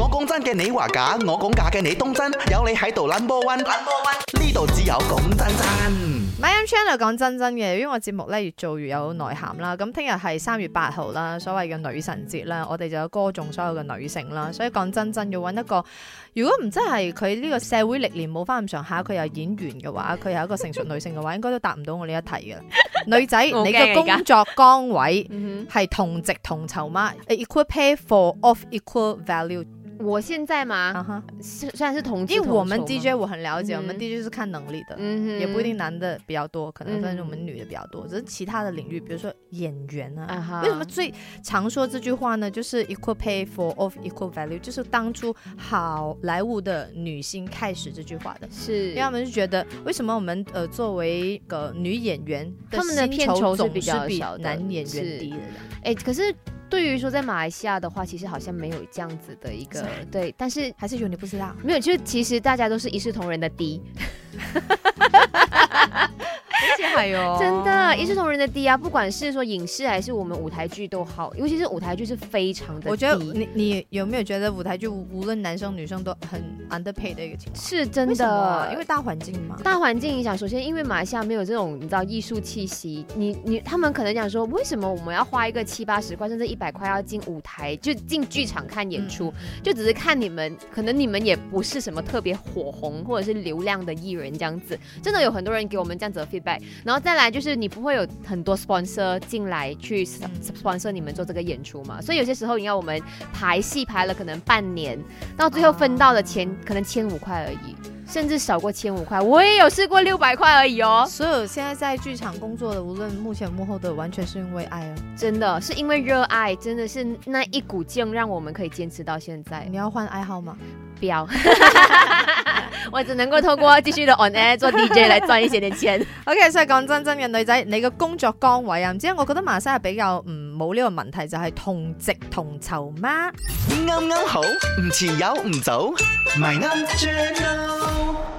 我講真嘅，你話假；我講假嘅，你當真。有你喺度 number one，number one，呢度只有講真真。 My M Channel 講真真嘅，因為我節目咧越做越有內涵啦。咁聽日係三月八號啦，所謂嘅女神節啦，我哋就有歌頌所有嘅女性啦。所以講真真要揾一個，如果唔真係佢呢個社會歷練冇翻咁上下，佢又演員嘅話，佢係一個成熟女性嘅話，應該都答唔到我呢一題 嘅。女仔，你我驚嘅而家工作崗位嗯係同值同酬嗎？Equal pay for of equal value 哼，我现在嘛，啊哈虽虽然是同志因为我们同酬嘛 DJ 我很了解，我们嗯 DJ 是看能力的。嗯哼也不一定男的比较多，可能嗯但是我们女的比较多，只是其他的领域，比如说演员啊啊。哈为什么最常说这句话呢？就是 equal pay for of equal value，就是当初好莱坞的女星开始这句话的，是因为他们是觉得为什么我们呃作为一个女演员，他们的薪片酬是总比较比少的男演员是低的，哎、可是对于说在马来西亚的话，其实好像没有这样子的一是个吗对，但是还是有你不知道。没有，就是其实大家都是一视同仁的低，哎呦真的，一视同仁的低啊！不管是说影视还是我们舞台剧都好，尤其是舞台剧是非常的低，我觉得你你有没有觉得舞台剧无无论男生女生都很 underpaid 的一个情况？是真为什么的啊，因为大环境嘛。大环境影响，首先因为马来西亚没有这种你知道艺术气息，你你他们可能讲说，为什么我们要花一个七八十块甚至一百块要进舞台就进剧场看演出，嗯就只是看你们，可能你们也不是什么特别火红或者是流量的艺人这样子，真的有很多人给我们这样子的 feedback，然后再来就是你不会有很多 sponsor 进来去 s- 嗯 sponsor 你们做这个演出嘛，所以有些时候你要我们排戏排了可能半年，到最后分到的钱可能千五块而已，甚至少过千五块，我也有试过六百块而已哦，所有现在在剧场工作的，无论幕前幕后的，完全是因为爱啊！真的是因为热爱，真的是那一股劲让我们可以坚持到现在。你要换爱好吗？不要， 我只能够透过继续的 on air 做 DJ 来赚一些点钱。 OK，所以講真真嘅女仔，你嘅工作崗位啊，唔知我覺得馬來西亞比較唔冇呢個問題，就係、同值同酬嗎？啱啱好，唔遲有唔早，咪啱 channel。